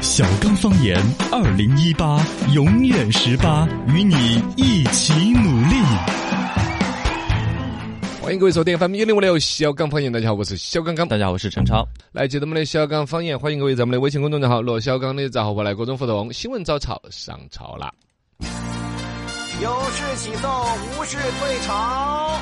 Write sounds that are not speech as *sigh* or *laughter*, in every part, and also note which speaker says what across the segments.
Speaker 1: 小刚方言二零一八永远十八，与你一起努力。
Speaker 2: 欢迎各位收听 FM 一零五六小刚方言，大家好，我是小刚刚。
Speaker 3: 大家好，我是陈超。
Speaker 2: 来接咱们的小刚方言，欢迎各位咱们的微信公众号“罗小刚”的账号过来各种互动，新闻早炒上潮啦！
Speaker 4: 有事起奏，无事退朝。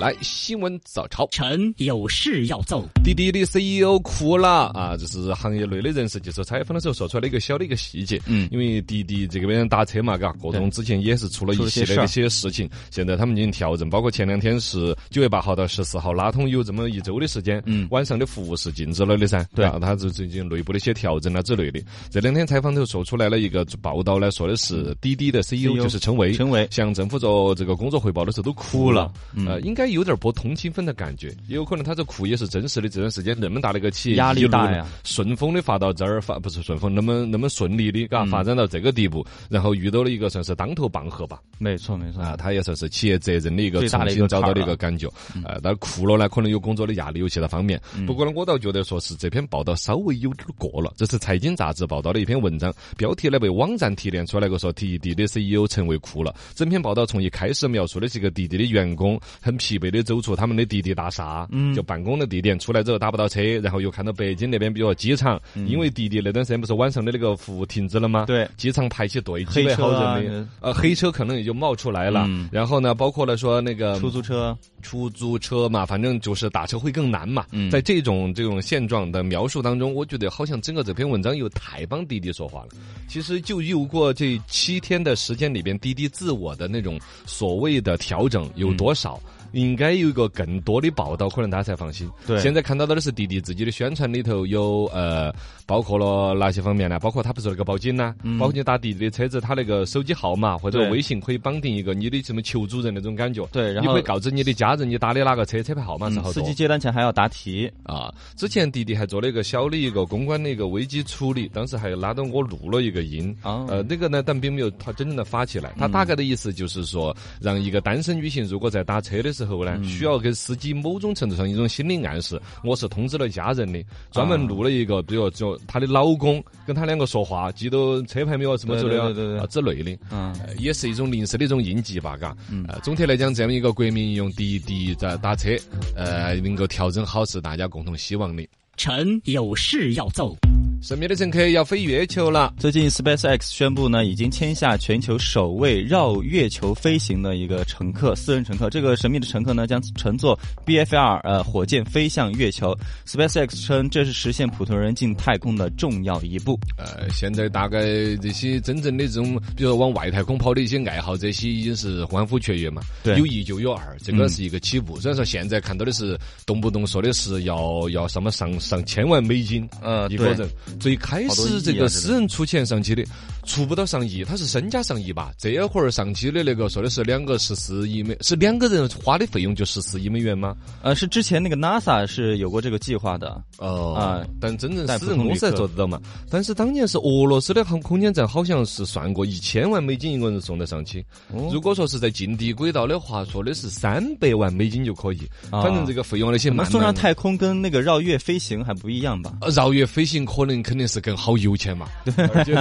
Speaker 2: 来，新闻早潮，
Speaker 5: 臣有事要奏。
Speaker 2: 滴滴的 CEO 哭了啊！这是行业内的人士接受采访的时候说出来的一个小的一个细节。嗯
Speaker 3: 嗯，
Speaker 2: 因为滴滴这个边打车嘛，嘎，各种之前也是出了
Speaker 3: 出
Speaker 2: 一
Speaker 3: 了
Speaker 2: 系
Speaker 3: 些
Speaker 2: 列
Speaker 3: 事
Speaker 2: 的
Speaker 3: 儿
Speaker 2: 一些事情，现在他们已经调整，包括前两天是九月八号到十四号，拉通有这么一周的时间，嗯
Speaker 3: 嗯，
Speaker 2: 晚上的服务是禁止了的噻。
Speaker 3: 对嗯
Speaker 2: 啊，他就最近内部的一些调整啊之类的。这两天采访头说出来了一个报道呢，说的是滴滴的 CEO 就是陈伟，
Speaker 3: E 陈嗯伟
Speaker 2: 向政府做这个工作汇报的时候都哭了，呃，应该有点博同情分的感觉，也有可能他这哭也是真实的。这段时间那么大的一个企业
Speaker 3: 压力大呀
Speaker 2: 一路顺风的发到这儿发不是顺风，那么那么顺利的，
Speaker 3: 嗯
Speaker 2: 嘎，发展到这个地步，然后遇到了一个算是当头棒喝吧，
Speaker 3: 没错，没错
Speaker 2: 啊，他也算是企业责任的一个
Speaker 3: 最大
Speaker 2: 重
Speaker 3: 的一
Speaker 2: 新
Speaker 3: 个
Speaker 2: 找
Speaker 3: 坎
Speaker 2: 到
Speaker 3: 儿
Speaker 2: 的一个
Speaker 3: 了嗯
Speaker 2: 感觉。呃，但哭了呢，可能有工作的压力，有其他方面。不过呢，我倒觉得说是这篇报道稍微有点儿过了。这是财经杂志报道的一篇文章，标题呢被网站提炼出来个说滴滴的 CEO 陈为哭了。整篇报道从一开始描述的是一个滴滴的员工很疲惫的走出他们的滴滴大厦，
Speaker 3: 嗯
Speaker 2: 就办公的地点，出来之后打不到车，然后又看到北京那边比如说机场，因为滴滴那段时间不是晚上的那个服务停止了吗？
Speaker 3: 嗯对
Speaker 2: 机场排起队，
Speaker 3: 黑
Speaker 2: 几百号
Speaker 3: 车啊
Speaker 2: 人的，呃，黑车可能也就冒出来了。
Speaker 3: 嗯
Speaker 2: 然后呢，包括了说那个
Speaker 3: 出租车，
Speaker 2: 出租车嘛，反正就是打车会更难嘛。
Speaker 3: 嗯
Speaker 2: 在这种这种现状的描述当中，我觉得好像整个这篇文章又太帮滴滴说话了。其实就有过这七天的时间里边，滴滴自我的那种所谓的调整有多少？
Speaker 3: 嗯
Speaker 2: 应该有一个更多的报道，可能大家才放心。
Speaker 3: 对
Speaker 2: 现在看到的是滴滴自己的宣传里头有呃，包括了哪些方面呢？包括他不是那个报警呢，包括你打滴滴的车子，他那个手机号码或者
Speaker 3: 嗯对
Speaker 2: 微信可以绑定一个你的什么求助人那种感觉。
Speaker 3: 对然
Speaker 2: 你
Speaker 3: 后
Speaker 2: 会告知你的家人你打的哪个车车牌号码是
Speaker 3: 嗯
Speaker 2: 好
Speaker 3: 司
Speaker 2: 多
Speaker 3: 机接单前还要答题。
Speaker 2: 啊。之前滴滴还做了一个小的一个公关的一个危机处理，当时还拉到我录了一个音。
Speaker 3: 哦
Speaker 2: 呃，那个呢，但并没有他真正的发起来。
Speaker 3: 嗯
Speaker 2: 他大概的意思就是说，让一个单身女性如果在打车的时候
Speaker 3: 嗯
Speaker 2: 呢，需要给司机某种程度上一种心理暗示，我是通知了家人的，
Speaker 3: 啊
Speaker 2: 专门录了一个，比如就她的老公跟她两个说话，记到车牌没有什么之类的
Speaker 3: 对对对对对
Speaker 2: 啊之类的。
Speaker 3: 嗯，
Speaker 2: 呃也是一种临时的一种应急吧，嘎。呃，总体来讲，这样一个国民应用滴滴在打车，呃，能够调整好是大家共同希望的。
Speaker 5: 臣有事要奏。
Speaker 2: 身边的乘客要飞月球了。
Speaker 3: 最近 SpaceX 宣布呢，已经签下全球首位绕月球飞行的一个乘客，私人乘客。这个神秘的乘客呢，将乘坐 BFR 呃火箭飞向月球。SpaceX 称这是实现普通人进太空的重要一步。
Speaker 2: 呃，现在大概这些真正的这种，比如说往外太空跑的一些爱好，这些已经是欢呼雀跃嘛。
Speaker 3: 对
Speaker 2: 有一就有二，这个是一个起步。虽然说现在看到的是动不动说的是要要什么上上千万美金，
Speaker 3: 呃
Speaker 2: 一个
Speaker 3: 对
Speaker 2: 人。最开
Speaker 3: 好多
Speaker 2: 始
Speaker 3: 亿
Speaker 2: 这
Speaker 3: 啊
Speaker 2: 个
Speaker 3: 这
Speaker 2: 私人出钱上去的，出不到上亿，他是身家上亿吧？这会儿上去的那个说的是两个十四亿美，是两个人花的费用就十四亿美元吗？
Speaker 3: 呃，是之前那个 NASA 是有过这个计划的。
Speaker 2: 哦
Speaker 3: 啊
Speaker 2: 但真正
Speaker 3: 但
Speaker 2: 私
Speaker 3: 普
Speaker 2: 人
Speaker 3: 通
Speaker 2: 公
Speaker 3: 旅
Speaker 2: 司才
Speaker 3: 客
Speaker 2: 做得到嘛？但是当年是俄罗斯的航空间站，好像是算过一千万美金一个人送得上去。
Speaker 3: 哦
Speaker 2: 如果说是在近地轨道的话，说的是三百万美金就可以。
Speaker 3: 啊
Speaker 2: 反正这个费用那些
Speaker 3: 你
Speaker 2: 慢慢
Speaker 3: 们送上太空跟那个绕月飞行还不一样吧？
Speaker 2: 呃绕月飞行可能肯定是更好有
Speaker 3: *laughs*
Speaker 2: 钱嘛，而且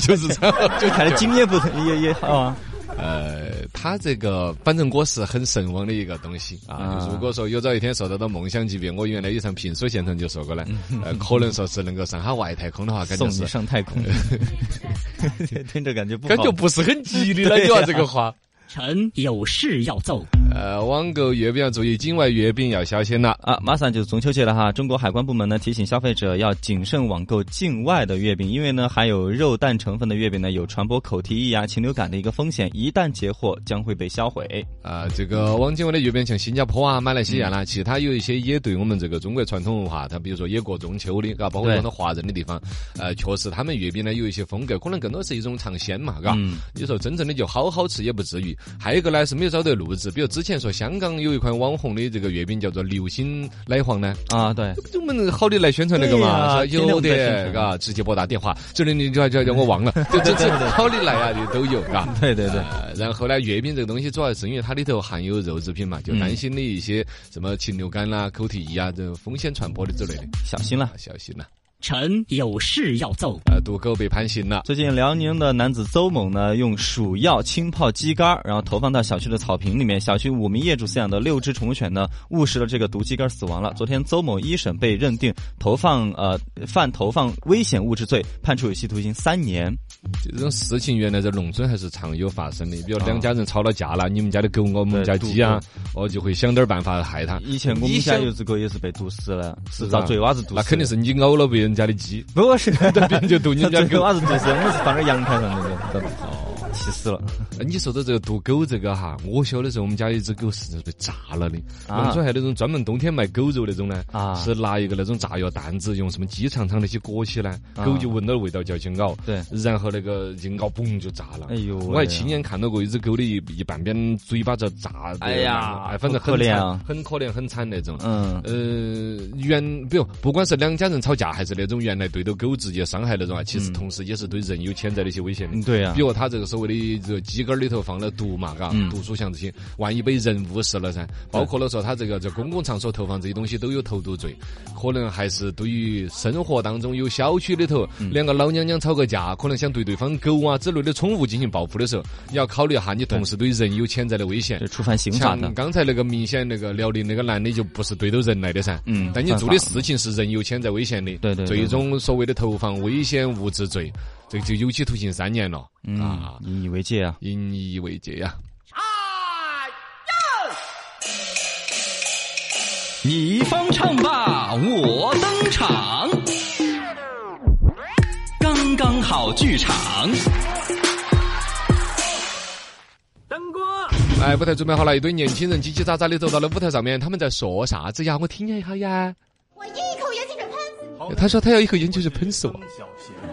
Speaker 2: 就是 *laughs* 这样，就
Speaker 3: 这还是经验不也也啊。
Speaker 2: 呃，他这个反正我是很神往的一个东西啊
Speaker 3: 啊。
Speaker 2: 如果说有朝一天受到到梦想级别，我原来有场评书现场就说过
Speaker 3: *laughs*
Speaker 2: 呢，呃，可能说是能够上下外太空的话，感
Speaker 3: 送
Speaker 2: 觉
Speaker 3: 你
Speaker 2: 是
Speaker 3: 上太空， *laughs* 听着感觉不好
Speaker 2: 感觉不是很吉利了，你娃这个话。
Speaker 5: 臣有事要奏。
Speaker 2: 呃，网购月饼要注意，境外月饼要小心了。
Speaker 3: 啊！马上就是中秋节了哈，中国海关部门呢提醒消费者要谨慎网购境外的月饼，因为呢含有肉蛋成分的月饼呢有传播口蹄疫啊、禽流感的一个风险，一旦截获将会被销毁。
Speaker 2: 啊、这个网境外的月饼像新加坡啊、马来西亚
Speaker 3: 嗯
Speaker 2: 啦，其他有一些也对我们这个中国传统文化，它比如说也过中秋的，啊嘎，包括
Speaker 3: 对
Speaker 2: 很多华人的地方，呃，确实他们月饼呢有一些风格，可能更多是一种尝鲜嘛，嘎。
Speaker 3: 嗯
Speaker 2: 你说真正的就好好吃也不至于。还有一个呢是没有找对路子，比如只之前说香港有一款网红的这个月饼叫做流心奶黄呢？
Speaker 3: 啊，对，
Speaker 2: 这不能好的来宣传那个嘛？
Speaker 3: 对
Speaker 2: 是
Speaker 3: 呀
Speaker 2: 吧有
Speaker 3: 天天我们在
Speaker 2: 的，
Speaker 3: 宣传
Speaker 2: 嘎，直接拨打电话，这里你就叫叫我忘
Speaker 3: *laughs*
Speaker 2: 了，这这这好的来啊，就都有，嘎。
Speaker 3: 对对对，
Speaker 2: 呃，然后呢，月饼这个东西主要是因为它里头含有肉制品嘛，就
Speaker 3: 嗯
Speaker 2: 担心的一些什么禽流感啦、口蹄疫啊，这风险传播的之类的，
Speaker 3: 小心了
Speaker 2: 啊。小心了。
Speaker 5: 臣有事要奏。
Speaker 2: 呃，赌狗被判刑了。
Speaker 3: 最近，辽宁的男子邹某呢，用鼠药浸泡鸡肝儿，然后投放到小区的草坪里面。小区五名业主饲养的六只宠物犬呢，误食了这个毒鸡肝，死亡了。昨天，邹某一审被认定投放呃犯投放危险物质罪，判处有期徒刑三年。
Speaker 2: 这种事情原来在农村还是常有发生的，
Speaker 3: 啊
Speaker 2: 比如两家人吵了架了，你们家的狗我们家鸡啊，我就会想点办法害它。
Speaker 3: 以前我们家有只狗也是被毒死了，是遭
Speaker 2: 吧
Speaker 3: 贼娃子毒死。
Speaker 2: 那肯定
Speaker 3: 是，
Speaker 2: 是你咬了别人家的鸡， *laughs*
Speaker 3: 不是，
Speaker 2: 别人就毒你们家的
Speaker 3: 贼
Speaker 2: 狗。
Speaker 3: 娃子毒死，我们是放在阳台上那个，哦，气死了。
Speaker 2: 哎你说到这个毒狗这个哈，我小的时候我们家有一只狗是被炸了的。
Speaker 3: 啊
Speaker 2: 农村还有那种专门冬天卖狗肉那种呢，
Speaker 3: 啊
Speaker 2: 是拿一个那种炸药弹子，用什么鸡肠肠那些裹起来，
Speaker 3: 啊
Speaker 2: 狗就闻到味道就要去咬。
Speaker 3: 对
Speaker 2: 然后那个一咬，嘣就炸了。
Speaker 3: 哎呦
Speaker 2: 我
Speaker 3: 喂
Speaker 2: 还
Speaker 3: 呀
Speaker 2: 亲眼看到过一只狗的一一半边嘴巴在炸。
Speaker 3: 哎呀
Speaker 2: 哎，反正
Speaker 3: 好
Speaker 2: 很
Speaker 3: 可怜
Speaker 2: 惨
Speaker 3: 啊
Speaker 2: 很可怜，很惨那种。
Speaker 3: 嗯，
Speaker 2: 呃，原比如不管是两家人吵架，还是那种原来对着狗直接伤害那种啊，其实同时也是对人有潜在的一些危险的。
Speaker 3: 嗯对呀
Speaker 2: 比如他这个所谓的这个鸡肝儿里头放了毒嘛，嘎
Speaker 3: 嗯，
Speaker 2: 毒鼠像这些，万一被人误食了噻，包括了说他这个在公共场所投放这些东西都有投毒罪，可能还是对于生活当中有小区里头两个老娘娘吵个架，可能想对对方狗啊之类的宠物进行报复的时候，你要考虑一下你同时对人有潜在的危险
Speaker 3: 这。触犯刑法的
Speaker 2: 像。刚才那个明显那个辽宁那个男的就不是对着人来的噻，
Speaker 3: 嗯
Speaker 2: 但你做的事情是人有潜在危险的，
Speaker 3: 对对对
Speaker 2: 最终所谓的投放危险物质罪，这个就有期徒刑三年了、
Speaker 3: 嗯
Speaker 2: 啊，，
Speaker 3: 引以为戒啊。
Speaker 2: 引以为戒呀、
Speaker 6: 你方唱罢我登场，刚刚好剧场。
Speaker 2: 哎，舞台准备好了，一堆年轻人叽叽喳喳的走到了舞台上面，他们在说啥子呀？我听一下呀。
Speaker 7: 我一口盐汽水喷死你！
Speaker 2: 他说他要一口烟就是喷死我。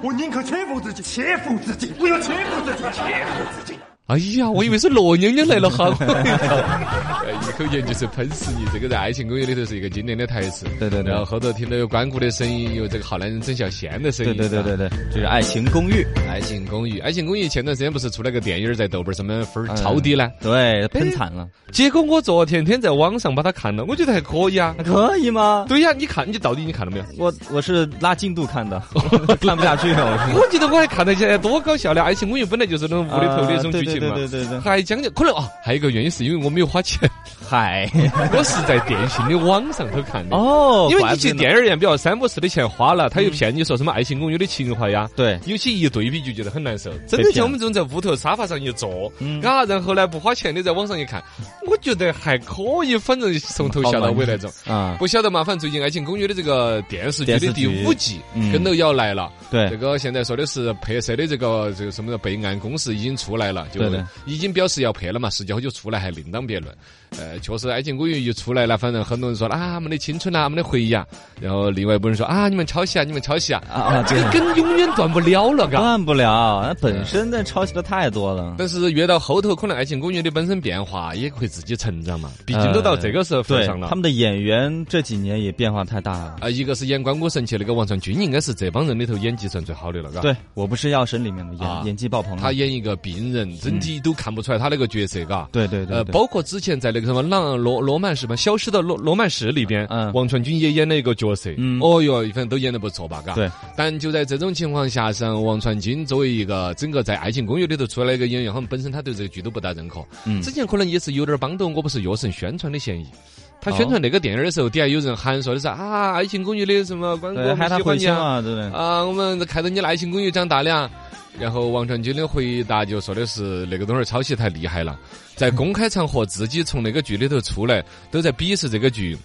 Speaker 8: 我宁可切腹自尽，切腹自尽，我要切腹自尽，切腹自尽。
Speaker 2: 哎呀，我以为是罗娘娘来了
Speaker 3: *laughs*
Speaker 2: 哈。哎一口盐就是喷死你，这个在《爱情公寓》里头是一个经典的台词。
Speaker 3: 对对对
Speaker 2: 然后后头听到有关谷的声音，有这个好男人曾小贤的声
Speaker 3: 对
Speaker 2: 音。
Speaker 3: 对对
Speaker 2: 是吧
Speaker 3: 对对，这是《爱情公寓》
Speaker 2: 爱情公寓，爱情公寓前段时间不是出了个电影儿在豆瓣上面
Speaker 3: 哎
Speaker 2: 分儿超低呢？
Speaker 3: 对，喷惨了，
Speaker 2: 结果我昨天天在网上把它看了，我觉得还可以
Speaker 3: *laughs*
Speaker 2: 啊。
Speaker 3: 哎可以吗？
Speaker 2: 对呀、你看，你到底你看了没有？
Speaker 3: 我我是拉进度看的， *laughs* 看不下去了，
Speaker 2: *laughs*
Speaker 3: 我是。
Speaker 2: 我觉得我还看得起来，多搞笑的！爱情公寓本来就是那种无厘头的一种
Speaker 3: 啊
Speaker 2: 剧情嘛，
Speaker 3: 对对对对对对
Speaker 2: 还讲究。可能啊，还有一个原因是因为我没有花
Speaker 3: *laughs*
Speaker 2: 钱，
Speaker 3: 嗨，
Speaker 2: 我是在电信的网上头看的。
Speaker 3: 哦
Speaker 2: *laughs* 因为你去电影院，比如三不四的钱花了，
Speaker 3: 嗯
Speaker 2: 他又骗你说什么爱情公寓的情怀呀。
Speaker 3: 对
Speaker 2: 尤其一对比就觉得很难受。真的
Speaker 3: 被骗嗯
Speaker 2: 像我们这种在屋头沙发上一坐，啊，然后呢不花钱的在网上一看，我觉得还可以，反正从头笑到尾那种。
Speaker 3: 啊，
Speaker 2: 不晓得嘛，反正最近《爱情公寓》的这个电视剧
Speaker 3: 电
Speaker 2: 的
Speaker 3: 视
Speaker 2: 第
Speaker 3: 剧
Speaker 2: 五季
Speaker 3: 嗯
Speaker 2: 跟头要来了。
Speaker 3: 对
Speaker 2: 这个现在说的是拍摄的这个这个什么备案公示已经出来了，就
Speaker 3: 对对
Speaker 2: 已经表示要拍了嘛，时间好久出来还另当别论。呃，确实《爱情公寓》一出来了，反正很多人说啊，我们的青春啊，我们的回忆啊，然后另外一拨人说啊，你们抄袭啊，你们抄袭啊，
Speaker 3: 啊啊
Speaker 2: 这个 *laughs*
Speaker 3: 对
Speaker 2: 跟永远断不了了，嘎。
Speaker 3: 断不了，那本身那抄袭的太
Speaker 2: *laughs*
Speaker 3: 多了。
Speaker 2: 但是越到后头，可能《爱情公寓》的本身变化也会自己成长嘛，毕竟都到这个时候份
Speaker 3: 对
Speaker 2: 上了。，
Speaker 3: 他们的演员这几年也变化太大了。
Speaker 2: 啊，一个是演关谷神奇那个王传君，应该是这帮人里头演技算最好的了，嘎。
Speaker 3: 对，我不是药神里面的
Speaker 2: 啊
Speaker 3: 演演技爆棚了，
Speaker 2: 他演一个病人，整体都看不出来他那个角色，嘎。
Speaker 3: 对嗯对对
Speaker 2: 呃，
Speaker 3: 对
Speaker 2: 包括之前在那个什么《浪罗罗曼史》吧，《消失的罗罗曼史》里边，
Speaker 3: 嗯
Speaker 2: 王传君也演了一个角色，
Speaker 3: 嗯
Speaker 2: 哦哟，反正都演得不错吧，嘎。
Speaker 3: 对。
Speaker 2: 但就在这种情况下，像王传君作为一个整个在《爱情公寓》里头出来一个演员，好像本身他对这个剧都不大认可，
Speaker 3: 嗯
Speaker 2: 之前可能也是有点帮到我不是药神宣传的嫌疑。他
Speaker 3: 哦
Speaker 2: 宣传那个电影的时候，底下有人喊说的是啊，《爱情公寓》的什么关谷
Speaker 3: 对，
Speaker 2: 我们
Speaker 3: 害他
Speaker 2: 喜
Speaker 3: 回
Speaker 2: 欢你
Speaker 3: 心
Speaker 2: 啊，
Speaker 3: 啊，对不对？
Speaker 2: 啊，我们看到你的爱情公寓长大的啊。然后王传君的回答就说的是那个东西儿抄袭太厉害了，在公开场合自己从那个剧里头出来，都在鄙视这个
Speaker 3: *laughs*
Speaker 2: 剧。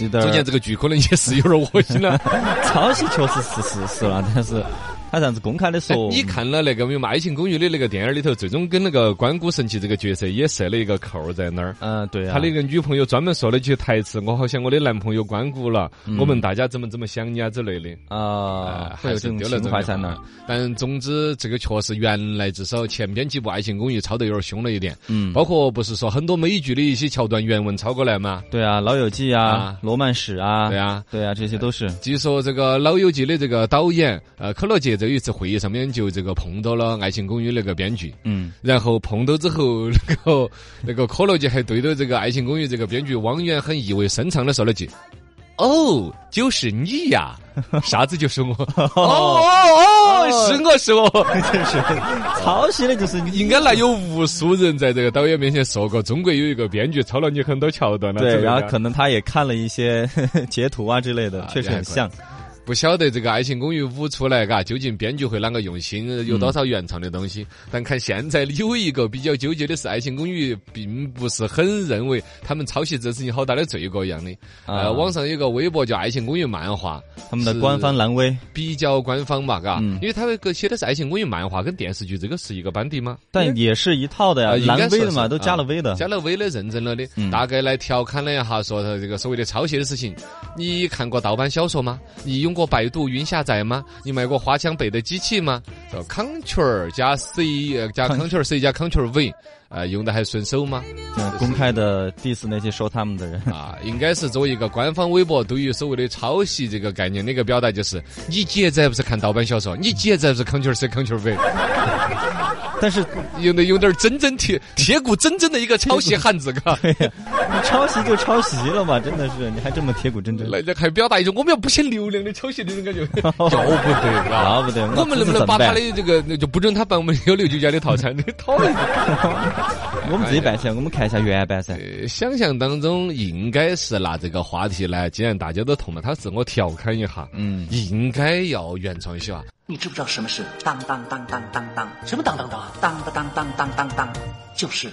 Speaker 3: 有
Speaker 2: 中
Speaker 3: 点
Speaker 2: *laughs* 间这个剧可能也是有点恶心了。
Speaker 3: 抄袭确实是事实了，但是。他这样子公开的
Speaker 2: 哎
Speaker 3: 说，
Speaker 2: 你看了那个没有《爱情公寓》的那个电影里头，最终跟那个关谷神奇这个角色也设了一个扣儿在那儿。
Speaker 3: 嗯，对啊，
Speaker 2: 他那个女朋友专门说了一句台词：“我好想我的男朋友关谷了，我们大家怎么怎么想你啊之类的。”
Speaker 3: 嗯啊，
Speaker 2: 呃，
Speaker 3: 会有这种情怀在那儿。。
Speaker 2: 但总之，这个确实原来至少前边几部《爱情公寓》抄得有点凶了一点。嗯，包括不是说很多美剧的一些桥段原文抄过来吗？
Speaker 3: 对啊，《老友记》啊
Speaker 2: 啊，
Speaker 3: 《罗曼史》啊，
Speaker 2: 对啊
Speaker 3: 对啊，这些都
Speaker 2: *laughs*
Speaker 3: 是。
Speaker 2: 据说这个《老友记》的这个导演，呃，可乐姐在有一次会议上面就这个碰到了《爱情公寓》那个编剧， *laughs*
Speaker 3: 嗯，
Speaker 2: 然后碰到之后， *laughs* 那个那个可乐姐还对着这个《爱情公寓》这个编剧汪远很意味深长的说了句：“哦，就是你呀，啥子就是我，哦哦哦，是我是我。”
Speaker 3: 是抄袭的就是你。
Speaker 2: 应该来有无数人在这个导演面前说过，中国有一个编剧抄了你很多桥段了。
Speaker 3: *laughs*
Speaker 2: 啊
Speaker 3: 对，
Speaker 2: 这个
Speaker 3: 然后可能他也看了一些 *laughs* 截图啊之类的，
Speaker 2: 啊
Speaker 3: 确实很像。
Speaker 2: 不晓得这个《爱情公寓五》出来，嘎，究竟编剧会啷个用
Speaker 3: 嗯
Speaker 2: 心，有多少原创的东西？但看现在有一个比较纠结的是，《爱情公寓》并不是很认为他们抄袭这事情好大的罪过一样的。
Speaker 3: 啊
Speaker 2: 呃，网上有个微博叫《爱情公寓漫画》，
Speaker 3: 他们的官方蓝威，
Speaker 2: 比较官方嘛，嘎，
Speaker 3: 嗯
Speaker 2: 因为他那个写的是《爱情公寓漫画》，跟电视剧这个是一个班底吗？
Speaker 3: 但也是一套的
Speaker 2: 啊
Speaker 3: 呀，
Speaker 2: 应该
Speaker 3: 蓝威的
Speaker 2: 算
Speaker 3: 嘛，
Speaker 2: 是
Speaker 3: 都加了 V 的。
Speaker 2: 加了 V 的认证了的
Speaker 3: 嗯，
Speaker 2: 大概来调侃了一下，说他这个所谓的抄袭的事情。你看过盗版小说吗？你用过百度云下载吗？你买过华强北的机器吗叫？Ctrl 加 C 呃加 Ctrl C 加 Ctrl V，呃，用的还顺手
Speaker 3: *laughs*
Speaker 2: 吗？
Speaker 3: 嗯公开的 diss 那些说他们的人。 *laughs*
Speaker 2: 啊，应该是作为一个官方微博对于所谓的抄袭这个概念的一个表达，就是你姐在不是看盗版小说，你姐在不是 Ctrl C Ctrl V，
Speaker 3: 但是
Speaker 2: 用的 *laughs* 有点儿真真铁铁骨铮铮的一个抄袭汉字，嘎。
Speaker 3: 你抄袭就抄袭了嘛，真的是，你还这么铁骨铮铮。
Speaker 2: 来，这还表达一种我们要不嫌流量的抄袭的那种感觉， *laughs* 就不对
Speaker 3: *laughs* 啊
Speaker 2: 嘎。
Speaker 3: 不对，
Speaker 2: 我们能不能把他
Speaker 3: 摆？
Speaker 2: 的这个那就不准他办我们有六九家的套餐？讨厌！
Speaker 3: 我们自己摆噻，我们看一下原版噻。
Speaker 2: 呃想象当中应该是拿这个话题呢，既然大家都痛了，他自我调侃一下，
Speaker 3: 嗯，
Speaker 2: 应该要原创一些啊。
Speaker 9: 你知不知道什么是当当当当当当？什么当当当啊？当当当当当当当，就是。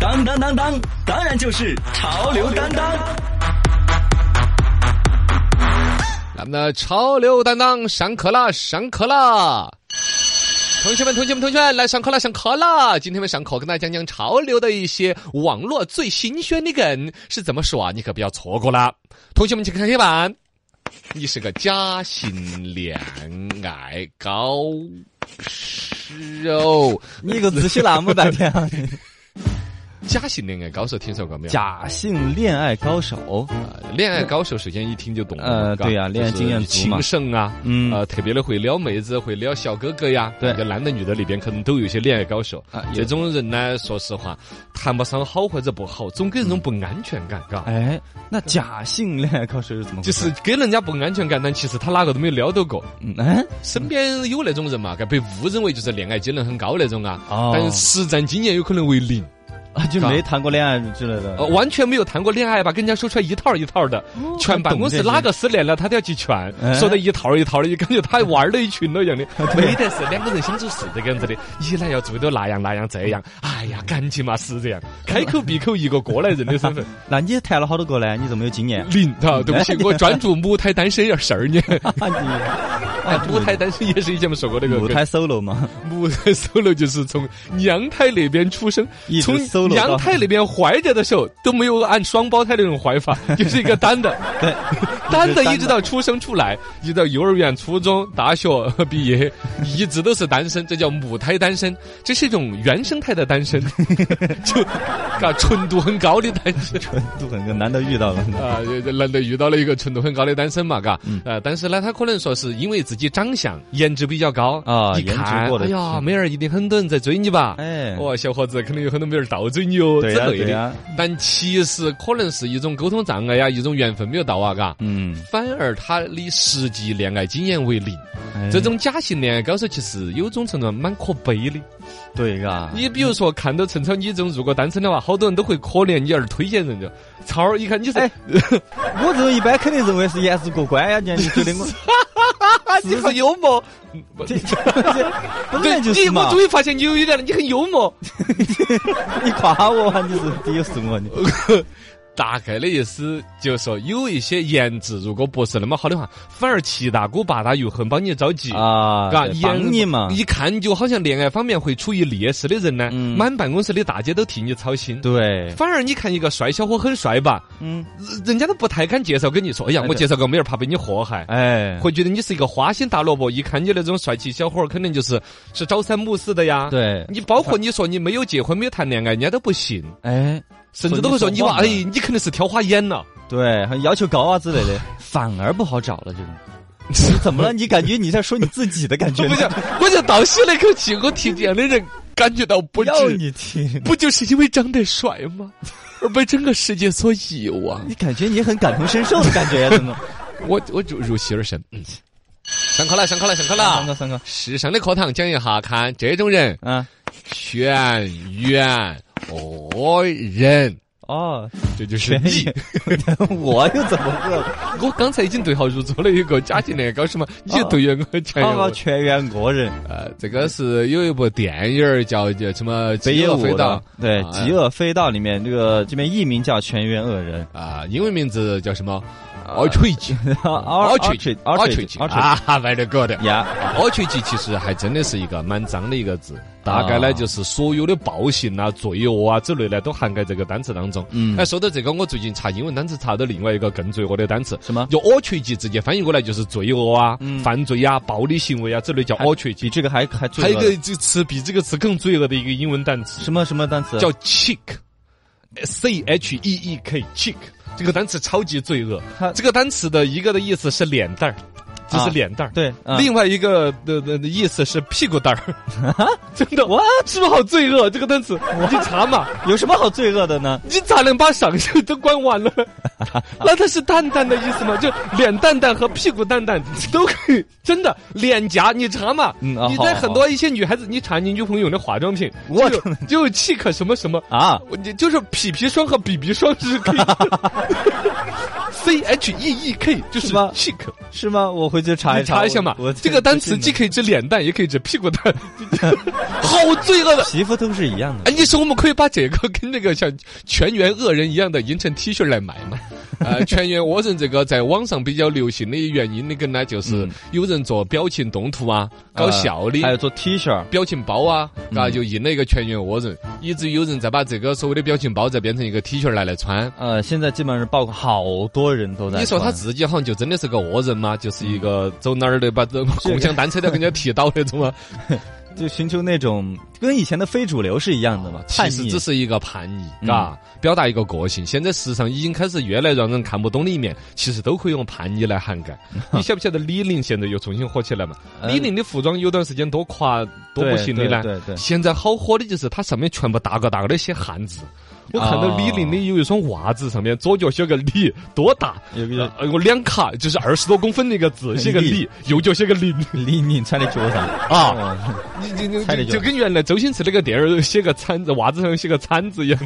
Speaker 6: 当当当当，当然就是潮流担当。
Speaker 2: 那么潮流担当上课啦，上课啦！同学们，同学们，同学们，来上课啦，上课啦！今天们上课跟大家讲讲潮流的一些网络最新鲜的梗是怎么说啊？你可不要错过啦！同学们，请看黑板，你是个假性恋爱高手，
Speaker 3: 你个自己那么半天啊！
Speaker 2: 假性恋爱高手听说过没有？
Speaker 3: 假性恋爱高手，
Speaker 2: 呃恋爱高手，首先一听就懂了。
Speaker 3: 呃
Speaker 2: 嘎
Speaker 3: 对呀恋爱经验
Speaker 2: 就是
Speaker 3: 足嘛
Speaker 2: 情圣啊，
Speaker 3: 嗯
Speaker 2: 呃，特别的会撩妹子，会撩小哥哥呀。
Speaker 3: 对
Speaker 2: 就男的女的里边可能都有一些恋爱高手
Speaker 3: 啊。有
Speaker 2: 这种人呢，说实话，谈不上好或者不好，总给人一种不安全感，嘎。
Speaker 3: 哎，那假性恋爱高手是怎么回
Speaker 2: 就
Speaker 3: 事？
Speaker 2: 是给人家不安全感，但其实他哪个都没有撩到过。
Speaker 3: 嗯，哎，
Speaker 2: 身边有那种人嘛，该被误认为就是恋爱经验很高那种啊，
Speaker 3: 哦
Speaker 2: 但实战经验有可能为零。
Speaker 3: 啊就没谈过恋爱之类的
Speaker 2: 呃，。完全没有谈过恋爱吧，跟人家说出来一套一套的，全办公室哪个失恋了，他都要去劝
Speaker 3: 哦哎，
Speaker 2: 说的一套一套的，就感觉他玩了一群了一
Speaker 3: *laughs*
Speaker 2: 样的，没得事，两个人相处是这个样子的，一来要做到那样那样这样，哎呀，感情嘛是这样，开口闭口一个过来人的 *laughs* 身份，
Speaker 3: 那你谈了好多个
Speaker 2: *laughs*
Speaker 3: 呢？你怎么没有经验？
Speaker 2: 零啊，对不
Speaker 3: *laughs*
Speaker 2: 起，我专注母胎单身要十二年，
Speaker 3: 啊
Speaker 2: 哎母胎单身也是以前我们说过那
Speaker 3: 你
Speaker 2: 个
Speaker 3: 母胎 solo 嘛？
Speaker 2: *laughs* 母胎 solo 就是从娘胎那边出生
Speaker 3: 一，直
Speaker 2: 从
Speaker 3: solo 到
Speaker 2: 娘胎那边怀着的时候都没有按双胞胎那种怀法，就是一个单的，
Speaker 3: *laughs* 对，
Speaker 2: 单的一直到出生出来，一直到幼儿园、初中、大学 *laughs* 呵毕业，一直都是单身，这叫母胎单身，这是一种原生态的单身， *laughs* 就啊纯度很高的单身。
Speaker 3: 都很难得遇到了。
Speaker 2: 啊，这难得遇到了一个纯度很高的单身嘛，嘎，
Speaker 3: 嗯
Speaker 2: 呃，但是呢，他可能说是因为自己长相颜值比较高
Speaker 3: 啊
Speaker 2: 一
Speaker 3: 颜值
Speaker 2: 看
Speaker 3: 过，得
Speaker 2: 哎呀，妹儿一定很多人在追你吧？
Speaker 3: 哎
Speaker 2: 哇，小伙子，肯定有很多妹儿倒追你哦之
Speaker 3: 对呀
Speaker 2: 类
Speaker 3: 对啊
Speaker 2: 的
Speaker 3: 呀。
Speaker 2: 但其实可能是一种沟通障碍呀，一种缘分没有到啊，嘎，
Speaker 3: 嗯，
Speaker 2: 反而他的实际恋爱经验为零。
Speaker 3: 哎
Speaker 2: 这种假性恋爱高手其实有种程度上蛮可悲的。
Speaker 3: 对嘎，
Speaker 2: 你比如说，看到陈超你这种如果单身的话，好多人都会可怜你而推荐人家。超儿，一看你是
Speaker 3: 哎我这种一般肯定认为是严肃过关呀，你你觉得我
Speaker 2: *laughs* 啊，你很幽默。
Speaker 3: 这这本来就是
Speaker 2: 你我
Speaker 3: 嘛
Speaker 2: 终，于发现你有一点了，你很幽默。
Speaker 3: 你夸我啊，你是鄙视我你。
Speaker 2: 大概的意思就是说，有一些颜值如果不是那么好的话，反而七大姑八大姨很帮你着急。
Speaker 3: 啊，
Speaker 2: 嘎，
Speaker 3: 对
Speaker 2: 颜
Speaker 3: 帮你嘛，
Speaker 2: 一看就好像恋爱方面会处于劣势的人呢，
Speaker 3: 嗯
Speaker 2: 满办公室的大姐都替你操心。
Speaker 3: 对，
Speaker 2: 反而你看一个帅小伙很帅吧，
Speaker 3: 嗯，
Speaker 2: 人家都不太敢介绍给你说，哎呀
Speaker 3: 哎，
Speaker 2: 我
Speaker 3: 对
Speaker 2: 介绍个妹儿，怕被你祸害。
Speaker 3: 哎，
Speaker 2: 会觉得你是一个花心大萝卜，一看你那种帅气小伙儿，肯定就是是朝三暮四的呀。，
Speaker 3: 对，
Speaker 2: 你包括你说你没有结婚、没有谈恋爱，人家都不信，
Speaker 3: 哎，
Speaker 2: 甚至都会说你娃，
Speaker 3: 说
Speaker 2: 哎，
Speaker 3: 你说
Speaker 2: 你肯定是挑花眼 *laughs* 了。
Speaker 3: 对，还要求高啊之类
Speaker 2: *laughs*
Speaker 3: 的，反而不好找了这种。你怎么了？你感觉你在说你自己的感觉
Speaker 2: *laughs* 不是，
Speaker 3: 呢？
Speaker 2: 我就倒吸了一口气，我替这样的人感觉到不值。
Speaker 3: 要你听，
Speaker 2: 不就是因为长得帅吗？ *laughs* 而被整个世界所遗忘。
Speaker 3: 你感觉你很感同身受的感觉呀，
Speaker 2: *laughs*
Speaker 3: 真的。
Speaker 2: 我我入入戏而深。嗯上课了，上课了，上课
Speaker 3: 三
Speaker 2: 了
Speaker 3: 个！三个，
Speaker 2: 时尚的课堂讲一下，看这种人，
Speaker 3: 嗯，
Speaker 2: 全员恶人，
Speaker 3: 哦，
Speaker 2: 这就是你。
Speaker 3: *laughs* 我又怎么
Speaker 2: *laughs*
Speaker 3: 了？
Speaker 2: 我刚才已经对号入座了一个假性恋爱搞什么？你就对员哎我全
Speaker 3: 报告
Speaker 2: 员。
Speaker 3: 哦全员恶人，
Speaker 2: 呃，这个是有一部电影儿叫叫什么《
Speaker 3: 北
Speaker 2: 饥
Speaker 3: 野
Speaker 2: 饿飞
Speaker 3: 武
Speaker 2: 刀
Speaker 3: 的，对
Speaker 2: 啊
Speaker 3: 《极恶飞盗》里面这个这边艺名叫全员恶人》
Speaker 2: 啊，英文名字叫什么？Outreach。
Speaker 3: 呃 *laughs* ，Archie
Speaker 2: Outreach，Outreach，
Speaker 3: Archie
Speaker 2: 啊，very good。
Speaker 3: 呀，
Speaker 2: 凹曲奇其实还真的是一个蛮脏的一个字，大概呢就是所有的暴行啊、罪恶啊之类的都涵盖这个单词当中。
Speaker 3: 嗯
Speaker 2: 哎，说到这个，我最近查英文单词查到另外一个更罪恶的单词，
Speaker 3: 什么
Speaker 2: 就凹曲奇直接翻译过来就是罪恶啊、
Speaker 3: 嗯
Speaker 2: 犯罪呀、暴力行为啊之类叫凹曲
Speaker 3: 比
Speaker 2: 奇。
Speaker 3: 这个还还罪
Speaker 2: 还有
Speaker 3: 恶
Speaker 2: 一个这个词比这个词更罪恶的一个英文单词
Speaker 3: 什么什么单词啊
Speaker 2: 叫 cheek，c h e e k cheek。这个单词超级罪恶
Speaker 3: 它，
Speaker 2: 这个单词的一个的意思是脸蛋儿，就是
Speaker 3: 啊
Speaker 2: 脸蛋儿。
Speaker 3: 对，嗯
Speaker 2: 另外一个的的的意思是屁股蛋儿，
Speaker 3: 啊
Speaker 2: *laughs* 真的哇，是不是好罪恶？这个单词，你去查嘛，
Speaker 3: 有什么好罪恶的呢？
Speaker 2: 你咋能把上秀都管完
Speaker 3: *laughs*
Speaker 2: 了？那它是蛋蛋的意思吗？就脸蛋蛋和屁股蛋蛋都可以，真的脸颊你查嘛？
Speaker 3: 嗯啊
Speaker 2: 你
Speaker 3: 好
Speaker 2: 在
Speaker 3: 好
Speaker 2: 很多一些女孩子，你查你女朋友用的化妆品，
Speaker 3: 我
Speaker 2: 就有就有 cheek 什么什么
Speaker 3: 啊，
Speaker 2: 我你就是皮皮霜和 BB 霜是可以 *laughs* ，C H E E K 就是
Speaker 3: 是吧
Speaker 2: cheek。
Speaker 3: 是吗？我回去查
Speaker 2: 你
Speaker 3: 一
Speaker 2: 查一下嘛
Speaker 3: 我我，
Speaker 2: 这个单词
Speaker 3: 不
Speaker 2: 既
Speaker 3: 信的
Speaker 2: 可以指脸蛋，也可以指屁股蛋，好罪恶的。 *laughs*
Speaker 3: 皮肤都是一样的。
Speaker 2: 哎，你说我们可以把这个跟那个像全员恶人一样的印成 T 恤来卖 *laughs* 嘛？呃，全员恶人这个在网上比较流行的原因那个呢，就是有人做表情动图嗯啊，哎搞笑的
Speaker 3: 呃还有做 T 恤，
Speaker 2: 表情包啊，啊，就印了一个全员恶人，以至于有人再把这个所谓的表情包再变成一个 T 恤来来穿。
Speaker 3: 呃，现在基本上是爆款，好多人都在穿。嗯
Speaker 2: 你说他自己好像就真的是个恶人吗？就是一个走哪儿的把这共享单车都给人家踢倒那种啊？
Speaker 3: 就寻求那种跟以前的非主流是一样的嘛，
Speaker 2: 其
Speaker 3: 叛
Speaker 2: 实
Speaker 3: 逆
Speaker 2: 只是一个叛逆，
Speaker 3: 嗯
Speaker 2: 嘎、表达一个个性。现在时尚已经开始越来让人看不懂的一面，其实都可以用叛逆来涵
Speaker 3: *laughs*
Speaker 2: 盖。你晓不晓得李宁现在又重新火起来嘛？
Speaker 3: 呃
Speaker 2: 李宁的服装有段时间多垮多不
Speaker 3: 对
Speaker 2: 行的呢，
Speaker 3: 对对对
Speaker 2: 现在好火的就是它上面全部大个大个的写汉字。我看到
Speaker 3: 哦
Speaker 2: 李宁的有一双袜子，上面左脚写个李，多大？
Speaker 3: 有个
Speaker 2: 呃有两卡，就是二十多公分的一个字，写个李
Speaker 3: 李，
Speaker 2: 右脚写个零。
Speaker 3: 李宁穿的脚上
Speaker 2: *laughs* 啊，你你
Speaker 3: 猜
Speaker 2: 你
Speaker 3: 得
Speaker 2: 就
Speaker 3: 就
Speaker 2: 跟原来周星驰那个电影儿写个铲子，袜子上写个铲子一样，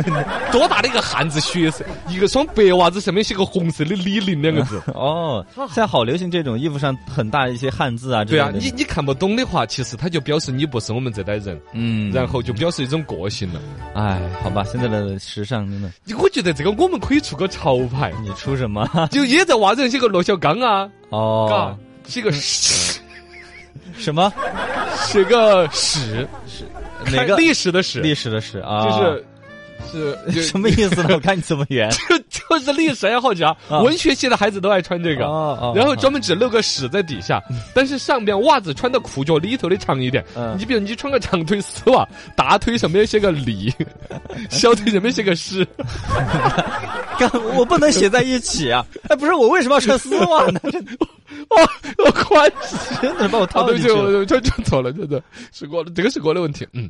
Speaker 2: *laughs* 多大的一个汉字血色，一个双白袜子上面写个红色的李宁两个字。
Speaker 3: 哦，现在好流行这种衣服上很大一些汉字啊之
Speaker 2: 对
Speaker 3: 类
Speaker 2: 啊
Speaker 3: 的，，
Speaker 2: 你你看不懂的话，其实他就表示你不是我们这代人，
Speaker 3: 嗯，
Speaker 2: 然后就表示一种个性了。
Speaker 3: 哎，好吧，现在的时尚真的，
Speaker 2: 我觉得这个我们可以出个潮牌，
Speaker 3: 你出什么？
Speaker 2: 就也在袜子上写个罗小刚啊，嘎
Speaker 3: 哦，，
Speaker 2: 写个
Speaker 3: 什么
Speaker 2: 写个史，
Speaker 3: 哪
Speaker 2: 看
Speaker 3: 个
Speaker 2: 历史的史，
Speaker 3: 历史的史啊？
Speaker 2: 就是是就
Speaker 3: *laughs* 什么意思呢？我看你这么圆。
Speaker 2: 就就是历史爱好者，
Speaker 3: 啊
Speaker 2: 文学系的孩子都爱穿 *laughs* 这个
Speaker 3: 哦哦， *laughs*
Speaker 2: 然后专门只露个屎在底下，但是上边袜子穿到裤脚里头的长一点
Speaker 3: 嗯。
Speaker 2: 你比如你穿个长腿丝袜，大腿上面写个
Speaker 3: *laughs*
Speaker 2: 李，小腿上面写个诗，
Speaker 3: 干，我不能写在一起啊！哎，不是，我为什么要穿丝袜呢？ *laughs* 真的
Speaker 2: 哦，我关系。
Speaker 3: 真的把我
Speaker 2: 啊，
Speaker 3: 套
Speaker 2: 对不
Speaker 3: 进去
Speaker 2: 起，我
Speaker 3: 了。
Speaker 2: 我穿穿错了，真的是我的这个是我的问题。嗯，